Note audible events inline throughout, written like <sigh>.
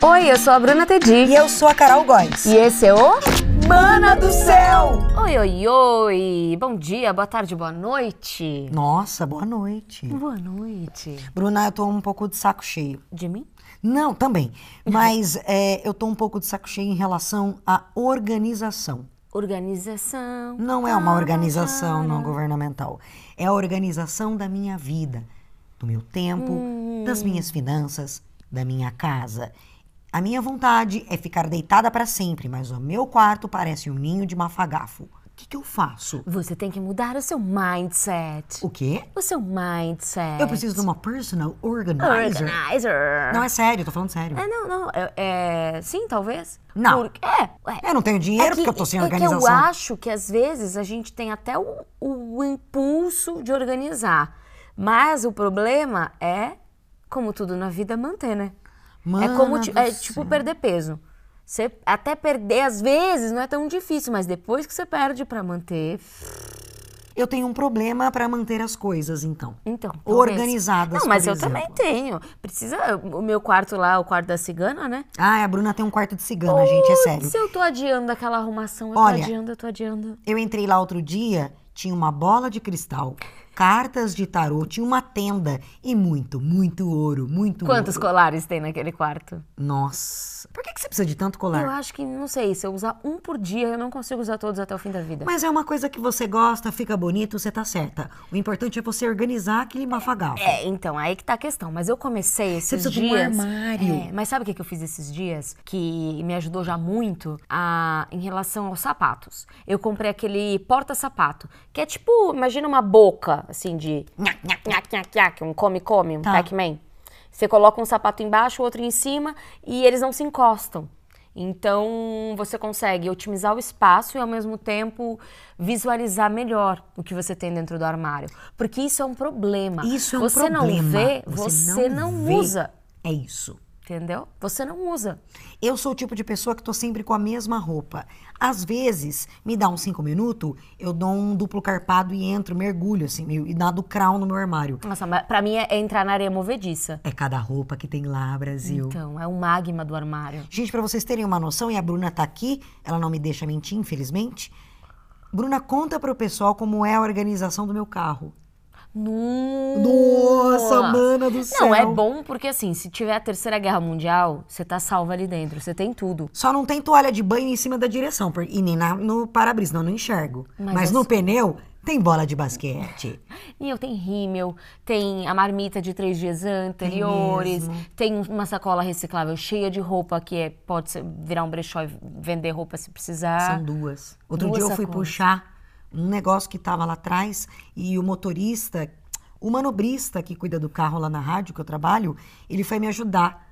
Oi, eu sou a Bruna Tedi. E eu sou a Carol Góes. E esse é o Mana do Céu! Oi, oi, oi! Bom dia, boa tarde, boa noite. Nossa, boa noite. Boa noite. Bruna, eu tô um pouco de saco cheio. De mim? Não, também. Mas <laughs> é, eu tô um pouco de saco cheio em relação à organização. Organização. Não é uma organização não governamental. É a organização da minha vida, do meu tempo, das minhas finanças, da minha casa. A minha vontade é ficar deitada para sempre, mas o meu quarto parece um ninho de mafagafo. O que, que eu faço? Você tem que mudar o seu mindset. O quê? O seu mindset. Eu preciso de uma personal organizer. um Organizer. Não, é sério, eu tô falando sério. É, não, não. É, é, sim, talvez. Não. Por- é, é. Eu não tenho dinheiro É que- porque eu tô sem é organização. que eu acho que às vezes a gente tem até o, o impulso de organizar. Mas o problema é, como tudo na vida, manter, né? é Mana como ti- do é tipo céu. perder peso. Você até perder, às vezes, não é tão difícil, mas depois que você perde pra manter. Eu tenho um problema para manter as coisas, então. Então. talvez. Organizadas. Não, mas assim, por eu também exemplo. tenho. Precisa. O meu quarto lá, o quarto da cigana, né? Ah, a Bruna tem um quarto de cigana, gente, é sério. Se eu tô adiando aquela arrumação, eu Olha. tô adiando, eu tô adiando. Eu entrei lá outro dia, tinha uma bola de cristal, cartas de tarô, tinha uma tenda e muito, muito ouro, muito Quantos ouro. colares tem naquele quarto? Nossa, por que, que você precisa de tanto Eu colar? acho que, não sei, se eu usar um por dia, eu não consigo usar todos até o fim da vida. Mas é uma coisa que você gosta, fica bonito, você tá certa. O importante é você organizar aquele mafagafo. É, então, aí que tá a questão. Mas eu comecei esses precisa de um dias... armário. É, mas sabe o que que eu fiz esses dias? Que me ajudou já muito a, em relação aos sapatos. Eu comprei aquele porta-sapato, que é tipo, imagina uma boca, assim, de... Nhac, nhac, nhac, nhac, nhac, um come-come, um Tá. Pac-Man. Você coloca um sapato embaixo, outro em cima, e eles não se encostam. Então, você consegue otimizar o espaço e, ao mesmo tempo, visualizar melhor o que você tem dentro do armário. Porque isso é um problema. Isso é um você problema. não vê, você não, vê. usa. É isso. Entendeu? Você não usa. Eu sou o tipo de pessoa que tô sempre com a mesma roupa. Às vezes, me dá uns cinco minutos, eu dou um duplo carpado e entro, mergulho, assim, meio- e nado crown no meu armário. Nossa, mas pra mim é é entrar na areia movediça. É cada roupa que tem lá, Brasil. Então, é um magma do armário. Gente, pra vocês terem uma noção, e a Bruna tá aqui, ela não me deixa mentir, infelizmente. Bruna, conta pro pessoal como é a organização do meu carro. Nossa, Nossa, mana do céu. Não, é bom porque assim, se tiver a Terceira Guerra Mundial, você tá salva ali dentro, você tem tudo. Só não tem toalha de banho em cima da direção, por- e nem na- no para-brisa, não, não enxergo. Mas Mas, é no só- pneu, tem bola de basquete. E eu tenho rímel, tem a marmita de três dias anteriores, tem uma sacola reciclável cheia de roupa que é, pode ser- virar um brechó e vender roupa se precisar. São duas. Outro duas dia eu fui sacolas. puxar um negócio que estava lá atrás e o motorista, o manobrista que cuida do carro lá na rádio que eu trabalho, ele foi me ajudar.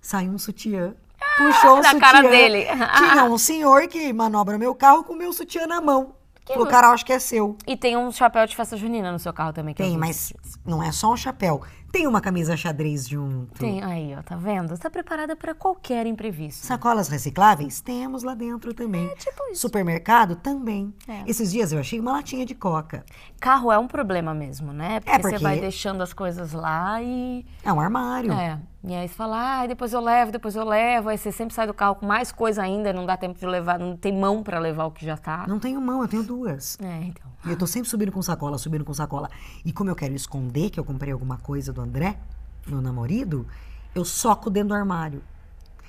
Saiu um sutiã. Puxou um Ah, na sutiã. cara dele. <laughs> Tinha um senhor que manobra meu carro com o meu sutiã na mão. Falou, cara, acho que é seu. E tem um chapéu de festa junina no seu carro também. Que eu Tem, vi. mas não é só um chapéu. Tem uma camisa xadrez junto. Tem, aí, ó, tá vendo? Tá preparada pra qualquer imprevisto. Sacolas recicláveis temos lá dentro também. tipo isso. Supermercado também. É. Esses dias eu achei uma latinha de coca. Carro é um problema mesmo, né? Porque, você É, porque- vai deixando as coisas lá e. É um armário. É. E aí você fala, ah, depois eu levo, depois eu levo. Aí você sempre sai do carro com mais coisa ainda, não dá tempo de levar, não tem mão pra levar o que já tá. Não tenho mão, eu tenho duas. É, então. E eu tô sempre subindo com sacola, subindo com sacola. E como eu quero esconder que eu comprei alguma coisa do André, meu namorado, eu soco dentro do armário.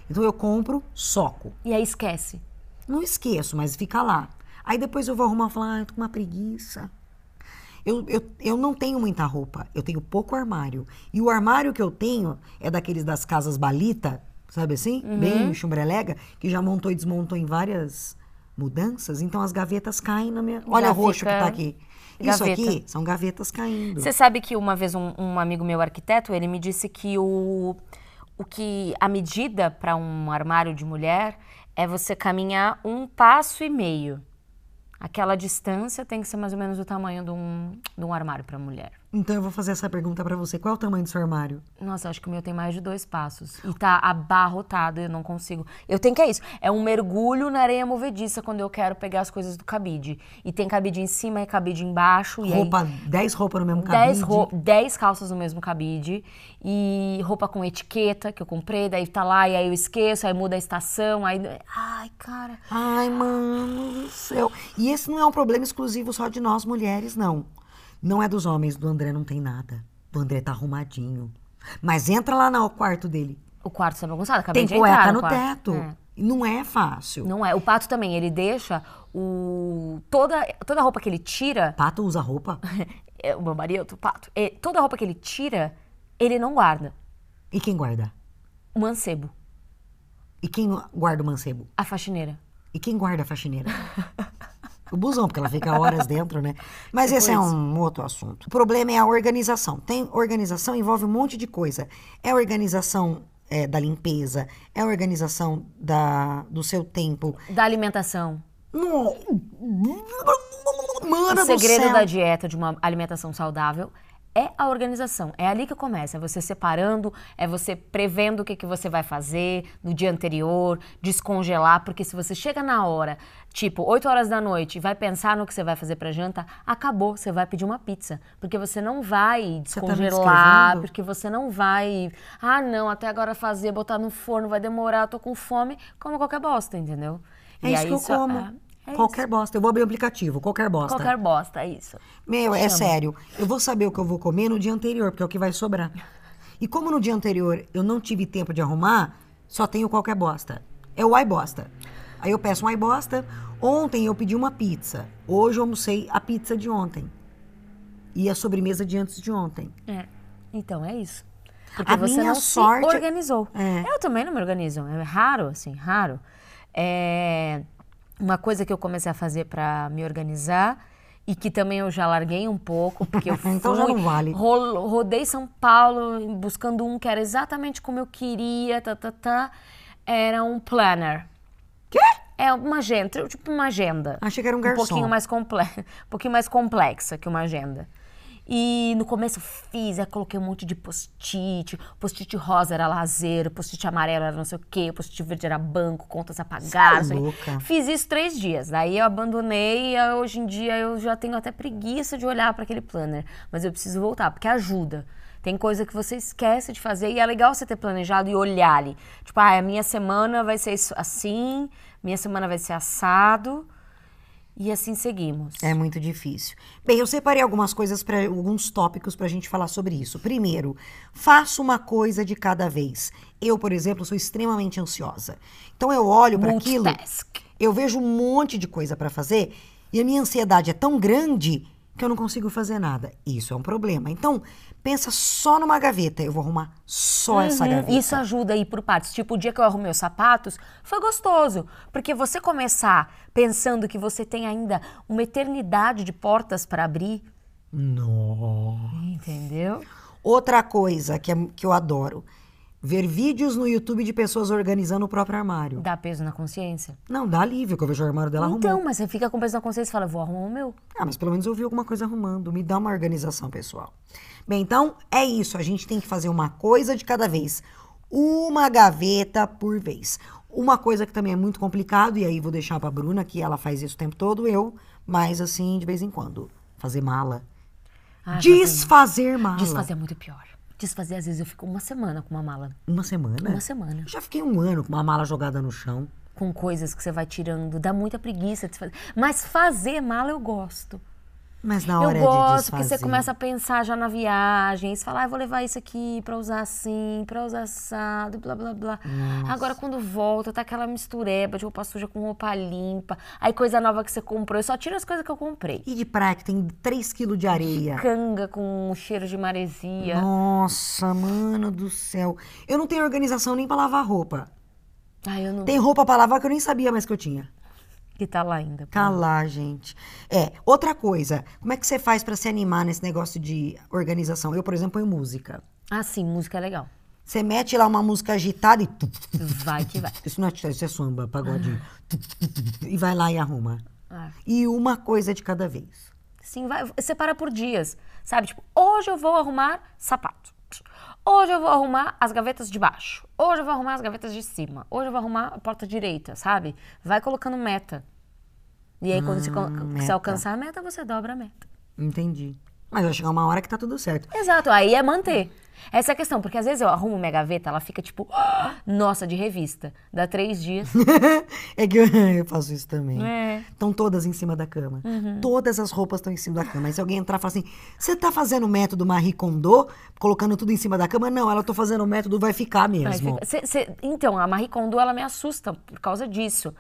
Então eu compro, soco. E aí esquece. Não esqueço, mas fica lá. Aí depois eu vou arrumar e falar, ah, eu tô com uma preguiça. Eu, eu, eu não tenho muita roupa, eu tenho pouco armário. E o armário que eu tenho é daqueles das casas balita, sabe assim? Uhum. Bem chumbrelega, que já montou e desmontou em várias mudanças. Então as gavetas caem na minha. Olha Já o roxo que fica tá aqui. Isso gaveta. aqui são gavetas caindo. Você sabe que uma vez um, um amigo meu arquiteto, ele me disse que o, o que a medida para um armário de mulher é você caminhar um passo e meio. Aquela distância tem que ser mais ou menos o tamanho de um, de um armário para mulher. Então eu vou fazer essa pergunta pra você. Qual é o tamanho do seu armário? Nossa, eu acho que o meu tem mais de dois passos. E tá abarrotado, eu não consigo. Eu tenho que é isso. É um mergulho na areia movediça quando eu quero pegar as coisas do cabide. E tem cabide em cima e cabide embaixo. E aí Roupa, 10 roupas no mesmo cabide? 10, rou- 10 calças no mesmo cabide e roupa com etiqueta que eu comprei, daí tá lá e aí eu esqueço, aí muda a estação, aí. Ai, cara. Ai, mano do céu. E esse não é um problema exclusivo só de nós mulheres, não. Não é dos homens. Do André não tem nada. Do André tá arrumadinho. Mas entra lá no quarto dele. O quarto está bagunçado, acabei Tem Tá de entrar. cueca no no quarto. teto. É. Não é fácil. Não é. O pato também, ele deixa o. Toda, toda a roupa que ele tira. Pato usa roupa. é, o meu marido, o pato. é, toda a roupa que ele tira, ele não guarda. E quem guarda? O mancebo, E quem guarda o mancebo? a faxineira. E quem guarda a faxineira? O busão, porque ela fica horas dentro, né? Mas esse é um outro assunto. O problema é a organização. Tem organização, envolve um monte de coisa. É a organização é, da limpeza, é a organização da, do seu tempo. Da alimentação. No... O Mana do segredo céu! É da dieta, de uma alimentação saudável, é a organização. É ali que começa. É você separando, é você prevendo o que, que você vai fazer no dia anterior, descongelar, porque se você chega na hora, tipo 8 horas da noite, e vai pensar no que você vai fazer para janta, acabou. Você vai pedir uma pizza. Porque você não vai Você tá me descongelar, descrevendo? porque você não vai. Ah, não, até agora fazer, botar no forno, vai demorar, eu tô com fome. Como qualquer bosta, entendeu? É E isso aí que eu como. é- é Qualquer bosta. Eu vou abrir o aplicativo, qualquer bosta. Qualquer bosta, é isso. Meu, é sério. Eu vou saber o que eu vou comer no dia anterior, porque é o que vai sobrar. E como no dia anterior eu não tive tempo de arrumar, só tenho qualquer bosta. É o ai bosta. Aí eu peço um ai bosta. Ontem eu pedi uma pizza. Hoje eu almocei a pizza de ontem. E a sobremesa de antes de ontem. É. Então é isso. Porque A você minha não sorte- se organizou. É. Eu também não me organizo. É raro, assim, raro. É, Uma coisa que eu comecei a fazer pra me organizar e que também eu já larguei um pouco, porque eu fui, <laughs> Então já não vale. rolo- rodei São Paulo buscando um que era exatamente como eu queria, tá, tá, tá. Era um planner. Quê? É uma agenda, tipo uma agenda Achei que era um um garçom. pouquinho mais complexa, <laughs> um pouquinho mais complexa que uma agenda. E no começo eu fiz, aí coloquei um monte de post-it, post-it rosa era lazer, post-it amarelo era não sei o quê, post-it verde era banco, contas apagadas. Você é não sei o louca. quê. Fiz isso três dias, daí eu abandonei e ah, hoje em dia eu já tenho até preguiça de olhar para aquele planner, mas eu preciso voltar porque ajuda. Tem coisa que você esquece de fazer e é legal você ter planejado e olhar ali. Tipo, ah, a minha semana vai ser isso- assim, minha semana vai ser assado. E assim seguimos. É muito difícil. Bem, eu separei algumas coisas para alguns tópicos para a gente falar sobre isso. Primeiro, faça uma coisa de cada vez. Eu, por exemplo, sou extremamente ansiosa. Então eu olho para aquilo, Multitask. eu vejo um monte de coisa para fazer e a minha ansiedade é tão grande que eu não consigo fazer nada. Isso é um problema. Então, pensa só numa gaveta. Eu vou arrumar só essa Uhum, gaveta. Isso ajuda a ir por partes. Tipo, o dia que eu arrumei os sapatos, foi gostoso. Porque você começar pensando que você tem ainda uma eternidade de portas para abrir, Nossa. entendeu? Outra coisa que, é, que eu adoro, ver vídeos no YouTube de pessoas organizando o próprio armário. Dá peso na consciência. Não, dá alívio, que eu vejo o armário dela então, arrumando. mas você fica com peso na consciência e fala, vou arrumar o meu. Ah, mas pelo menos eu vi alguma coisa arrumando. Me dá uma organização, pessoal. Bem, então é isso. A gente tem que fazer uma coisa de cada vez. Uma gaveta por vez. Uma coisa que também é muito complicado, e aí vou deixar pra Bruna, que ela faz isso o tempo todo, eu, mas assim, de vez em quando. Fazer mala. Ah, Desfazer mala. Desfazer é muito pior. Desfazer, às vezes, eu fico uma semana com uma mala. Uma semana? Uma semana. Eu já fiquei um ano com uma mala jogada no chão. Com coisas que você vai tirando. Dá muita preguiça de desfazer. Mas fazer mala eu gosto. Mas na Eu hora é de gosto, desfazer. porque você começa a pensar já na viagem, você fala, ah, eu vou levar isso aqui pra usar assim, pra usar assado, blá, blá, blá. Agora, quando volta, tá aquela mistureba de roupa suja com roupa limpa, aí coisa nova que você comprou, eu só tiro as coisas que eu comprei. E de praia, que tem 3 quilos de areia. Canga com cheiro de maresia. Nossa, mano do céu. Eu não tenho organização nem pra lavar roupa. Ai, eu não... Tem roupa pra lavar que eu nem sabia mais que eu tinha. Que tá lá ainda. pô. Tá lá, gente. É, outra coisa. Como é que você faz pra se animar nesse negócio de organização? Eu, por exemplo, ponho música. Ah, sim, música é legal. Você mete lá uma música agitada e... tu, tu, tu, Vai que <laughs> vai. Isso não é isso é samba, pagodinho. Tu, tu, tu, tu, tu, E vai lá e arruma. Ah, E uma coisa de cada vez. Assim, vai, separa por dias, sabe? Tipo, hoje eu vou arrumar sapato. Hoje eu vou arrumar as gavetas de baixo. Hoje eu vou arrumar as gavetas de cima. Hoje eu vou arrumar a porta direita, sabe? Vai colocando meta. E aí, quando você, co- você meta. alcançar a meta, você dobra a meta. Entendi. Mas vai chegar uma hora que tá tudo certo. Exato, aí é manter. Essa é a questão, porque às vezes eu arrumo minha gaveta, ela fica tipo, <gasps> "Ah, nossa, de revista. Dá três dias. <laughs> é que eu, eu faço isso também. É. Estão todas em cima da cama. Todas as roupas estão em cima da cama. Aí se alguém entrar e falar assim, você tá fazendo o método Marie Kondo, colocando tudo em cima da cama? Não, ela tô fazendo o método, vai ficar Aí mesmo. fica- cê- cê- então, a Marie Kondo, ela me assusta por causa disso.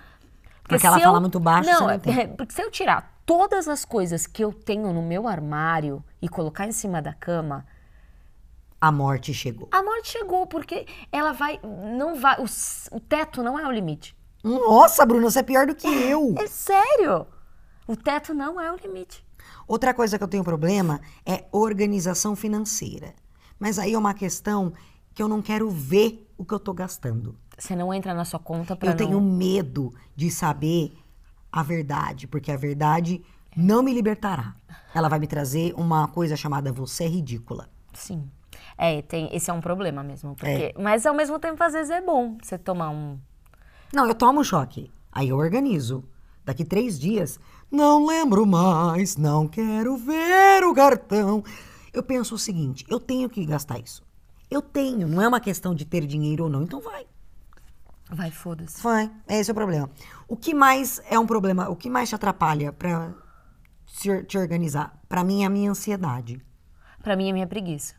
Porque ela se fala muito baixo, Não, você não é- entende. é, porque se eu tirar todas as coisas que eu tenho no meu armário e colocar em cima da cama, A morte chegou. a morte chegou, porque ela vai, não vai, o, s- o teto não é o limite. Nossa, Bruna, você é pior do que eu. É sério! O teto não é o limite. Outra coisa que eu tenho problema é organização financeira. Mas aí é uma questão que eu não quero ver o que eu tô gastando. Você não entra na sua conta pra Eu não... tenho um medo de saber a verdade, porque a verdade não me libertará. Ela vai me trazer uma coisa chamada você é ridícula. Sim. É, tem, esse é um problema mesmo. Porque, É. Mas ao mesmo tempo, às vezes é bom você tomar um. Não, eu tomo um choque. Aí eu organizo. Daqui três dias, não lembro mais, não quero ver o cartão. Eu penso o seguinte: eu tenho que gastar isso. Eu tenho, não é uma questão de ter dinheiro ou não, então vai. Vai, foda-se. Vai, é esse o problema. O que mais é um problema? O que mais te atrapalha pra se or- te organizar? Pra mim é a minha ansiedade. Pra mim é minha preguiça.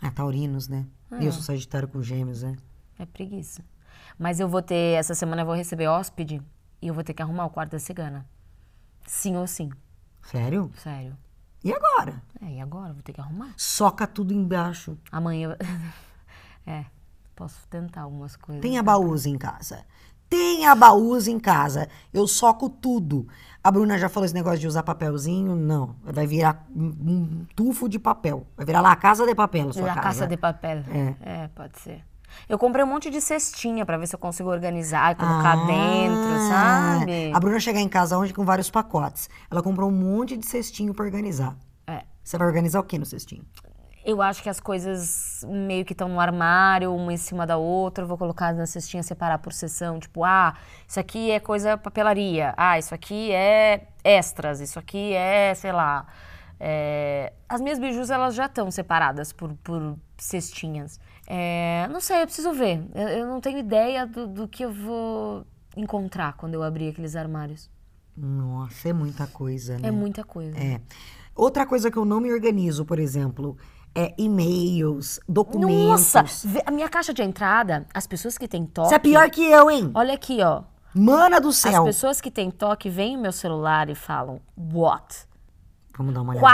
Ah, taurinos, né? E Eu sou sagitário com gêmeos, né? É preguiça. Mas eu vou ter. Essa semana eu vou receber hóspede e eu vou ter que arrumar o quarto da cigana. Sim ou sim. Sério? Sério. E agora? É, e agora? Eu Vou ter que arrumar. Soca tudo embaixo. Amanhã. eu- <laughs> é, posso tentar algumas coisas. Tem abaús em casa. Tem abaús em casa. Eu soco tudo. A Bruna já falou esse negócio de usar papelzinho. Não. Vai virar um, um tufo de papel. Vai virar lá a casa de papel, a sua né? La casa. Casa de Papel. É. pode ser. Eu comprei um monte de cestinha pra ver se eu consigo organizar e colocar Ah, dentro, sabe? A Bruna chega em casa hoje com vários pacotes. Ela comprou um monte de cestinho pra organizar. É. Você vai organizar o que no cestinho? Eu acho que as coisas meio que estão no armário, uma em cima da outra. Eu vou colocar na cestinha, separar por seção. Tipo, ah, isso aqui é coisa papelaria. Ah, isso aqui é extras. Isso aqui é, sei lá. é, As minhas bijus, elas já estão separadas por, por cestinhas. É, Não sei, eu preciso ver. Eu, eu não tenho ideia do, do que eu vou encontrar quando eu abrir aqueles armários. Nossa, é muita coisa, né? É muita coisa. É. Outra coisa que eu não me organizo, por exemplo, é e-mails, documentos. Nossa! vê- A minha caixa de entrada, as pessoas que têm toque... Você é pior que eu, hein? Olha aqui, ó. Mana do As céu. pessoas que têm toque veem o meu celular e falam, what? Vamos dar uma olhada.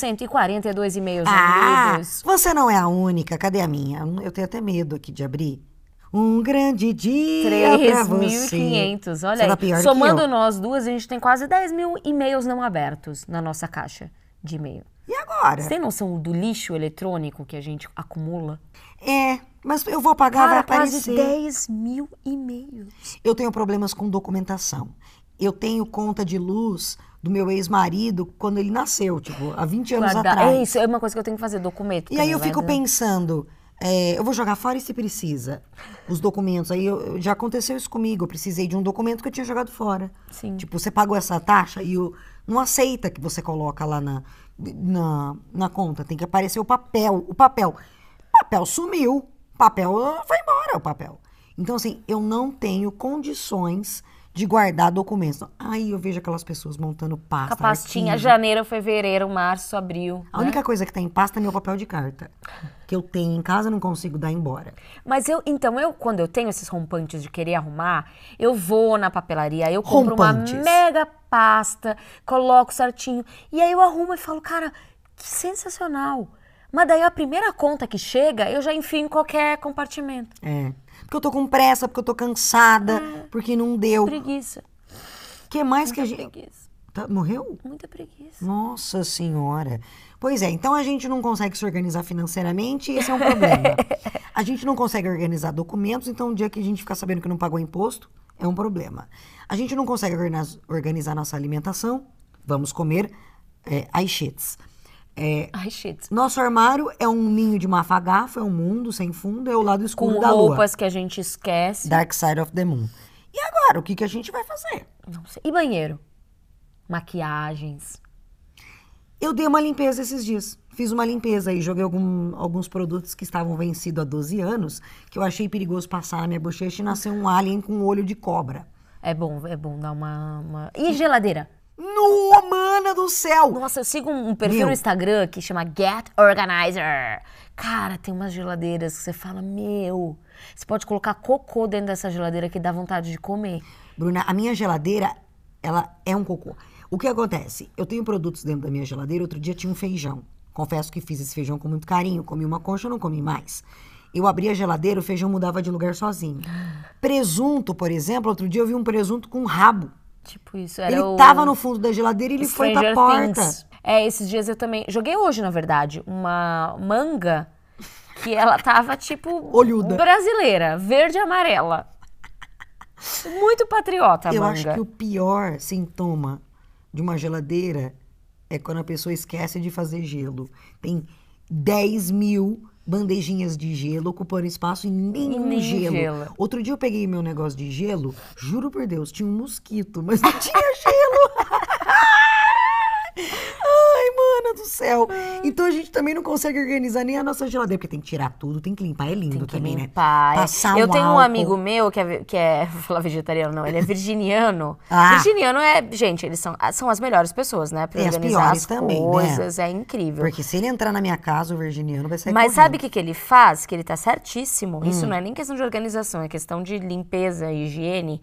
4.142 e-mails Ah, abridos. você não é a única. Cadê a minha? Eu tenho até medo aqui de abrir. Um grande dia pra você. 3.500, Você olha tá aí. pior que Somando eu. nós duas, a gente tem quase 10 mil e-mails não abertos na nossa caixa de e-mail. E agora? Você tem noção do lixo eletrônico que a gente acumula? É, mas eu vou apagar, vai Cara, quase aparecer. 10 mil e-mails. Eu tenho problemas com documentação. Eu tenho conta de luz do meu ex-marido quando ele nasceu, tipo, há 20 anos Guardar- atrás. É isso, é uma coisa que eu tenho que fazer, documento. E aí também, eu vai fico dando. pensando, é, eu vou jogar fora e se precisa os documentos. Aí eu- eu- já aconteceu isso comigo, eu precisei de um documento que eu tinha jogado fora. Sim. Tipo, você pagou essa taxa e o- não aceita que você coloca lá na, na, na conta. Tem que aparecer o papel. O papel. O papel sumiu. O papel ah, foi embora, o papel. Então, assim, eu não tenho condições de guardar documentos. Aí eu vejo aquelas pessoas montando pasta. Com a pastinha, arquivo. janeiro, fevereiro, março, abril. A né? única coisa que tá em pasta é meu papel de carta. Que eu tenho em casa, eu não consigo dar embora. Mas eu, então, eu, quando eu tenho esses rompantes de querer arrumar, eu vou na papelaria, eu compro Rompantes. uma mega pasta, coloco certinho, e aí eu arrumo e falo, cara, que sensacional. Mas daí a primeira conta que chega, eu já enfio em qualquer compartimento. É. Porque eu tô com pressa, porque eu tô cansada, É. porque não deu. O Preguiça, que mais que a gente. preguiça, Tá- morreu? muita preguiça. Nossa senhora. Pois é, então a gente não consegue se organizar financeiramente e esse é um <laughs> problema. a gente não consegue organizar documentos, então o dia que a gente ficar sabendo que não pagou imposto, é um problema. A gente não consegue organiz- organizar nossa alimentação, vamos comer é, aixetes. É, Ai, shit. nosso armário é um ninho de mafagafo, é um mundo sem fundo, é o lado escuro Com da roupas que a gente esquece. lua. Dark Side of the Moon. E agora, o que, que a gente vai fazer? Não sei. E banheiro? Maquiagens. Eu dei uma limpeza esses dias. Fiz uma limpeza e joguei algum- alguns produtos que estavam vencidos há 12 anos, que eu achei perigoso passar na minha bochecha e nascer um alien com olho de cobra. É bom, é bom dar uma. uma- E geladeira? Nua, mana do céu! Nossa, eu sigo um um perfil Meu. no Instagram que chama Get Organizer. Cara, tem umas geladeiras que você fala, meu, você pode colocar cocô dentro dessa geladeira que dá vontade de comer. Bruna, a minha geladeira, ela é um cocô. O que acontece? Eu tenho produtos dentro da minha geladeira. Outro dia tinha um feijão. Confesso que fiz esse feijão com muito carinho. Comi uma concha, não comi mais. Eu abri a geladeira, o feijão mudava de lugar sozinho. Presunto, por exemplo, outro dia eu vi um presunto com rabo. Tipo isso. Era ele o tava no fundo da geladeira e ele foi pra Stranger porta. Things. É, esses dias eu também. Joguei hoje, na verdade, uma manga que ela tava tipo. Olhuda. Brasileira, verde e amarela. Muito patriota a eu manga. acho que o pior sintoma de uma geladeira é quando a pessoa esquece de fazer gelo. Tem 10 mil bandejinhas de gelo ocupando espaço e nenhum nem gelo. gelo. Outro dia eu peguei meu negócio de gelo, juro por Deus, tinha um mosquito, mas não tinha <laughs> gelo. Ai, mana do céu. Então a gente também não consegue organizar nem a nossa geladeira, porque tem que tirar tudo, tem que limpar, é lindo Tem que também, limpar. né? Passar eu tenho um álcool. amigo meu que é, ve- que é. <laughs> Vou falar vegetariano, não. <laughs> Ele é virginiano. Ah. Virginiano é. Gente, eles são, ah, são as melhores pessoas, né? Pra E as organizar piores as também, né? coisas. É incrível. Porque se ele entrar na minha casa, o virginiano vai sair Mas correndo. sabe o que, que ele faz? Que ele tá certíssimo. Isso Hum. não é nem questão de organização, é questão de limpeza e higiene.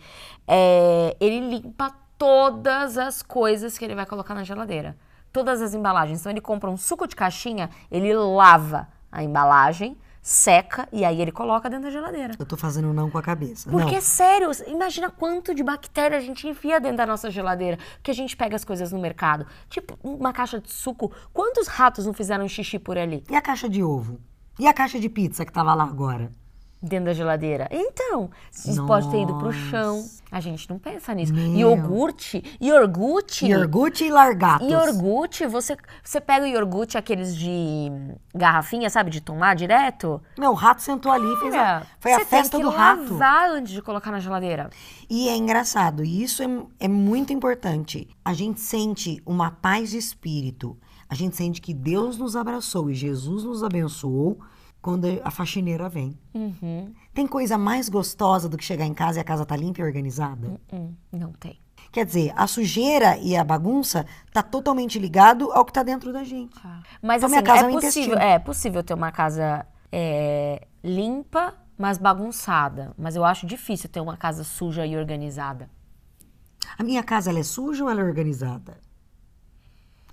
É, ele limpa todas as coisas que ele vai colocar na geladeira. Todas as embalagens. Então ele compra um suco de caixinha, ele lava a embalagem, seca e aí ele coloca dentro da geladeira. Eu tô fazendo um não com a cabeça. Porque, é não. sério, imagina quanto de bactéria a gente enfia dentro da nossa geladeira. Porque a gente pega as coisas no mercado. Tipo, uma caixa de suco. Quantos ratos não fizeram xixi por ali? E a caixa de ovo? E a caixa de pizza que tava lá agora? dentro da geladeira. Então, isso pode ter ido pro chão. A gente não pensa nisso. Meu. Iogurte, iogurte, Iogurte e largatos. iogurte, você, você pega o iogurte, aqueles de garrafinha, sabe, de tomar direto. Meu, o rato sentou ali e fez a... Cara, Foi a você festa tem que do rato. lavar antes de colocar na geladeira. E é engraçado, e isso é, é muito importante. A gente sente uma paz de espírito. A gente sente que Deus nos abraçou e Jesus nos abençoou quando a faxineira vem. Uhum. Tem coisa mais gostosa do que chegar em casa e a casa tá limpa e organizada? Hum, não tem. Quer dizer, a sujeira e a bagunça tá totalmente ligado ao que tá dentro da gente. Mas Então, assim, minha casa é é um possível, intestino. é possível ter uma casa é, limpa, mas bagunçada. Mas eu acho difícil ter uma casa suja e organizada. A minha casa ela é suja ou ela é organizada?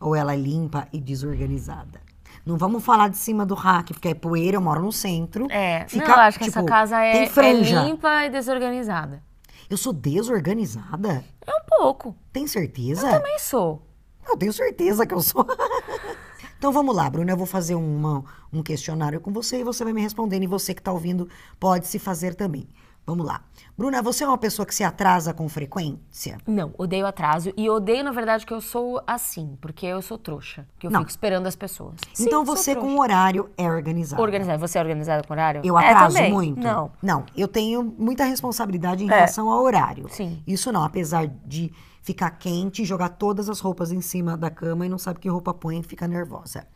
Ou ela é limpa e desorganizada? Não vamos falar de cima do rack, porque é poeira, eu moro no centro. É, Fica, não, eu acho que essa tipo, casa é, tem franja. é limpa e desorganizada. Eu sou desorganizada? É um pouco, Tem certeza? também sou. Eu tenho certeza que eu sou. <laughs> então vamos lá, Bruna. Eu vou fazer uma- um questionário com você e você vai me respondendo. E você que está ouvindo pode se fazer também. Vamos lá. Bruna, você é uma pessoa que se atrasa com frequência? Não, odeio atraso e odeio, na verdade, que eu sou assim, porque eu sou trouxa, que eu Não. fico esperando as pessoas. Sim, então sou você, trouxa. com o horário, é organizada. organizada, você é organizada com horário? Eu É, atraso também. muito? Não. É. Não, eu tenho muita responsabilidade em relação ao horário. Sim. Isso não, apesar de ficar quente, jogar todas as roupas em cima da cama e não sabe que roupa põe e fica nervosa.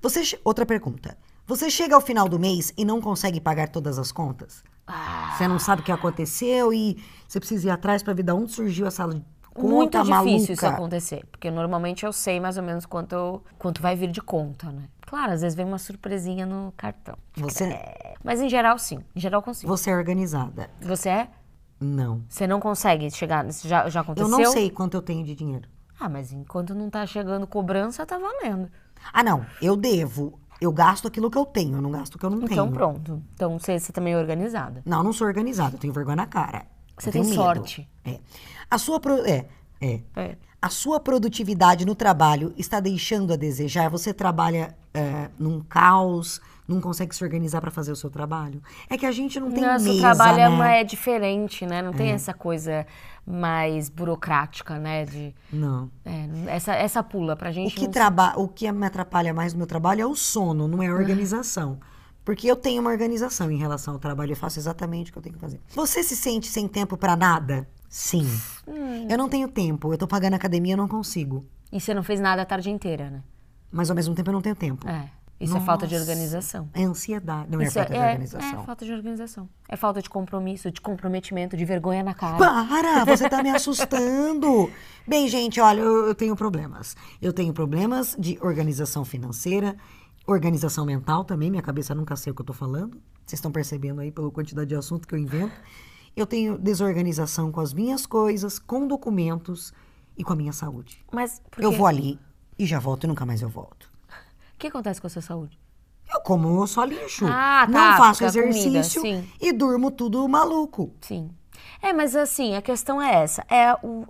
Você, che- outra pergunta. Você chega ao final do mês e não consegue pagar todas as contas? Ah, Você não sabe o que aconteceu e você precisa ir atrás para ver de onde surgiu essa conta muito difícil tá maluca. isso acontecer, porque normalmente eu sei mais ou menos quanto, eu- quanto vai vir de conta, né? Claro, às vezes vem uma surpresinha no cartão. Você, Mas em geral, sim. Em geral, eu consigo. você é organizada? Você é? Não. Você não consegue chegar? Isso já, já Eu aconteceu? não sei quanto eu tenho de dinheiro. Ah, mas enquanto não tá chegando cobrança, tá valendo. Ah, não. Eu devo. Eu gasto aquilo que eu tenho, eu não gasto o que eu não Então tenho. pronto. Então você você também é organizada. Não, eu não sou organizada, eu tenho vergonha na cara. Você Eu tenho tem medo. sorte. É. A sua pro- é, é. É. A sua produtividade no trabalho está deixando a desejar? Você trabalha é, num caos, não consegue se organizar para fazer o seu trabalho? É que a gente não tem Nosso mesa, trabalho é, né? É. uma- é diferente, né? Não tem essa coisa mais burocrática, né? De, Não. é, essa, essa pula pra O gente. que, tá não- traba... o que me atrapalha mais no meu trabalho é o sono, não é a organização. Porque eu tenho uma organização em relação ao trabalho, eu faço exatamente o que eu tenho que fazer. Você se sente sem tempo pra nada? Sim. Hum. Eu não tenho tempo, eu tô pagando academia, eu não consigo. E você não fez nada a tarde inteira, né? Mas ao mesmo tempo eu não tenho tempo. É. Isso é falta de tipo. Nossa. organização. É ansiedade, não Isso é falta de É, organização. falta de organização. É falta de compromisso, de comprometimento, de vergonha na cara. Para, você tá me assustando. Bem, gente, olha, eu, eu tenho problemas. Eu tenho problemas de organização financeira, organização mental também, minha cabeça nunca sei o que eu tô falando. Vocês estão percebendo aí pela quantidade de assunto que eu invento. Eu tenho desorganização com as minhas coisas, com documentos e com a minha saúde. Mas por Eu quê? vou ali e já volto e nunca mais eu volto. O que acontece com a sua saúde? Eu como só lixo, Ah, tá, não faço porque a comida, exercício sim. e durmo tudo maluco. Sim. É, mas assim, a questão é essa. É o,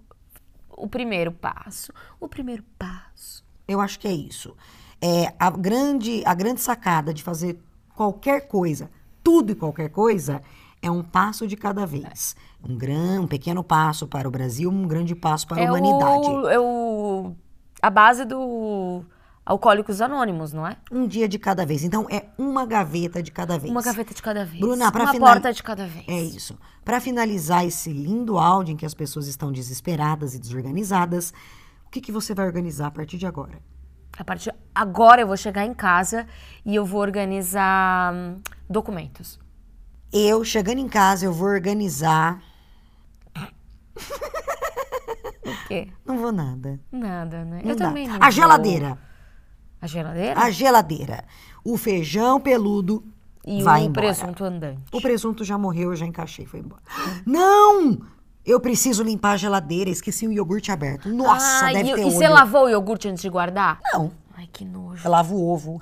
o primeiro passo. O primeiro passo. Eu acho que é isso. É a grande, a grande sacada de fazer qualquer coisa, tudo e qualquer coisa, é um passo de cada vez. Um grande, um pequeno passo para o Brasil, um grande passo para a é humanidade. O, é o, a base do Alcoólicos Anônimos, não é? Um dia de cada vez. Então é uma gaveta de cada vez. Uma gaveta de cada vez. Bruna, pra Uma finali- porta de cada vez. É isso. Para finalizar esse lindo áudio em que as pessoas estão desesperadas e desorganizadas, o que que você vai organizar a partir de agora? A partir agora eu vou chegar em casa e eu vou organizar hum, documentos. Eu, chegando em casa, eu vou organizar. O quê? Não vou nada. Nada, né? Não eu dá. também não a vou- geladeira. Ah, A geladeira? a geladeira. O feijão peludo E vai o embora. presunto andante. O presunto já morreu, eu já encaixei, foi embora. Não! Eu preciso limpar a geladeira, esqueci o iogurte aberto. Nossa, Ah, deve e, ter e olho. você lavou o iogurte antes de guardar? Não, Ai, que nojo. eu lavo o ovo.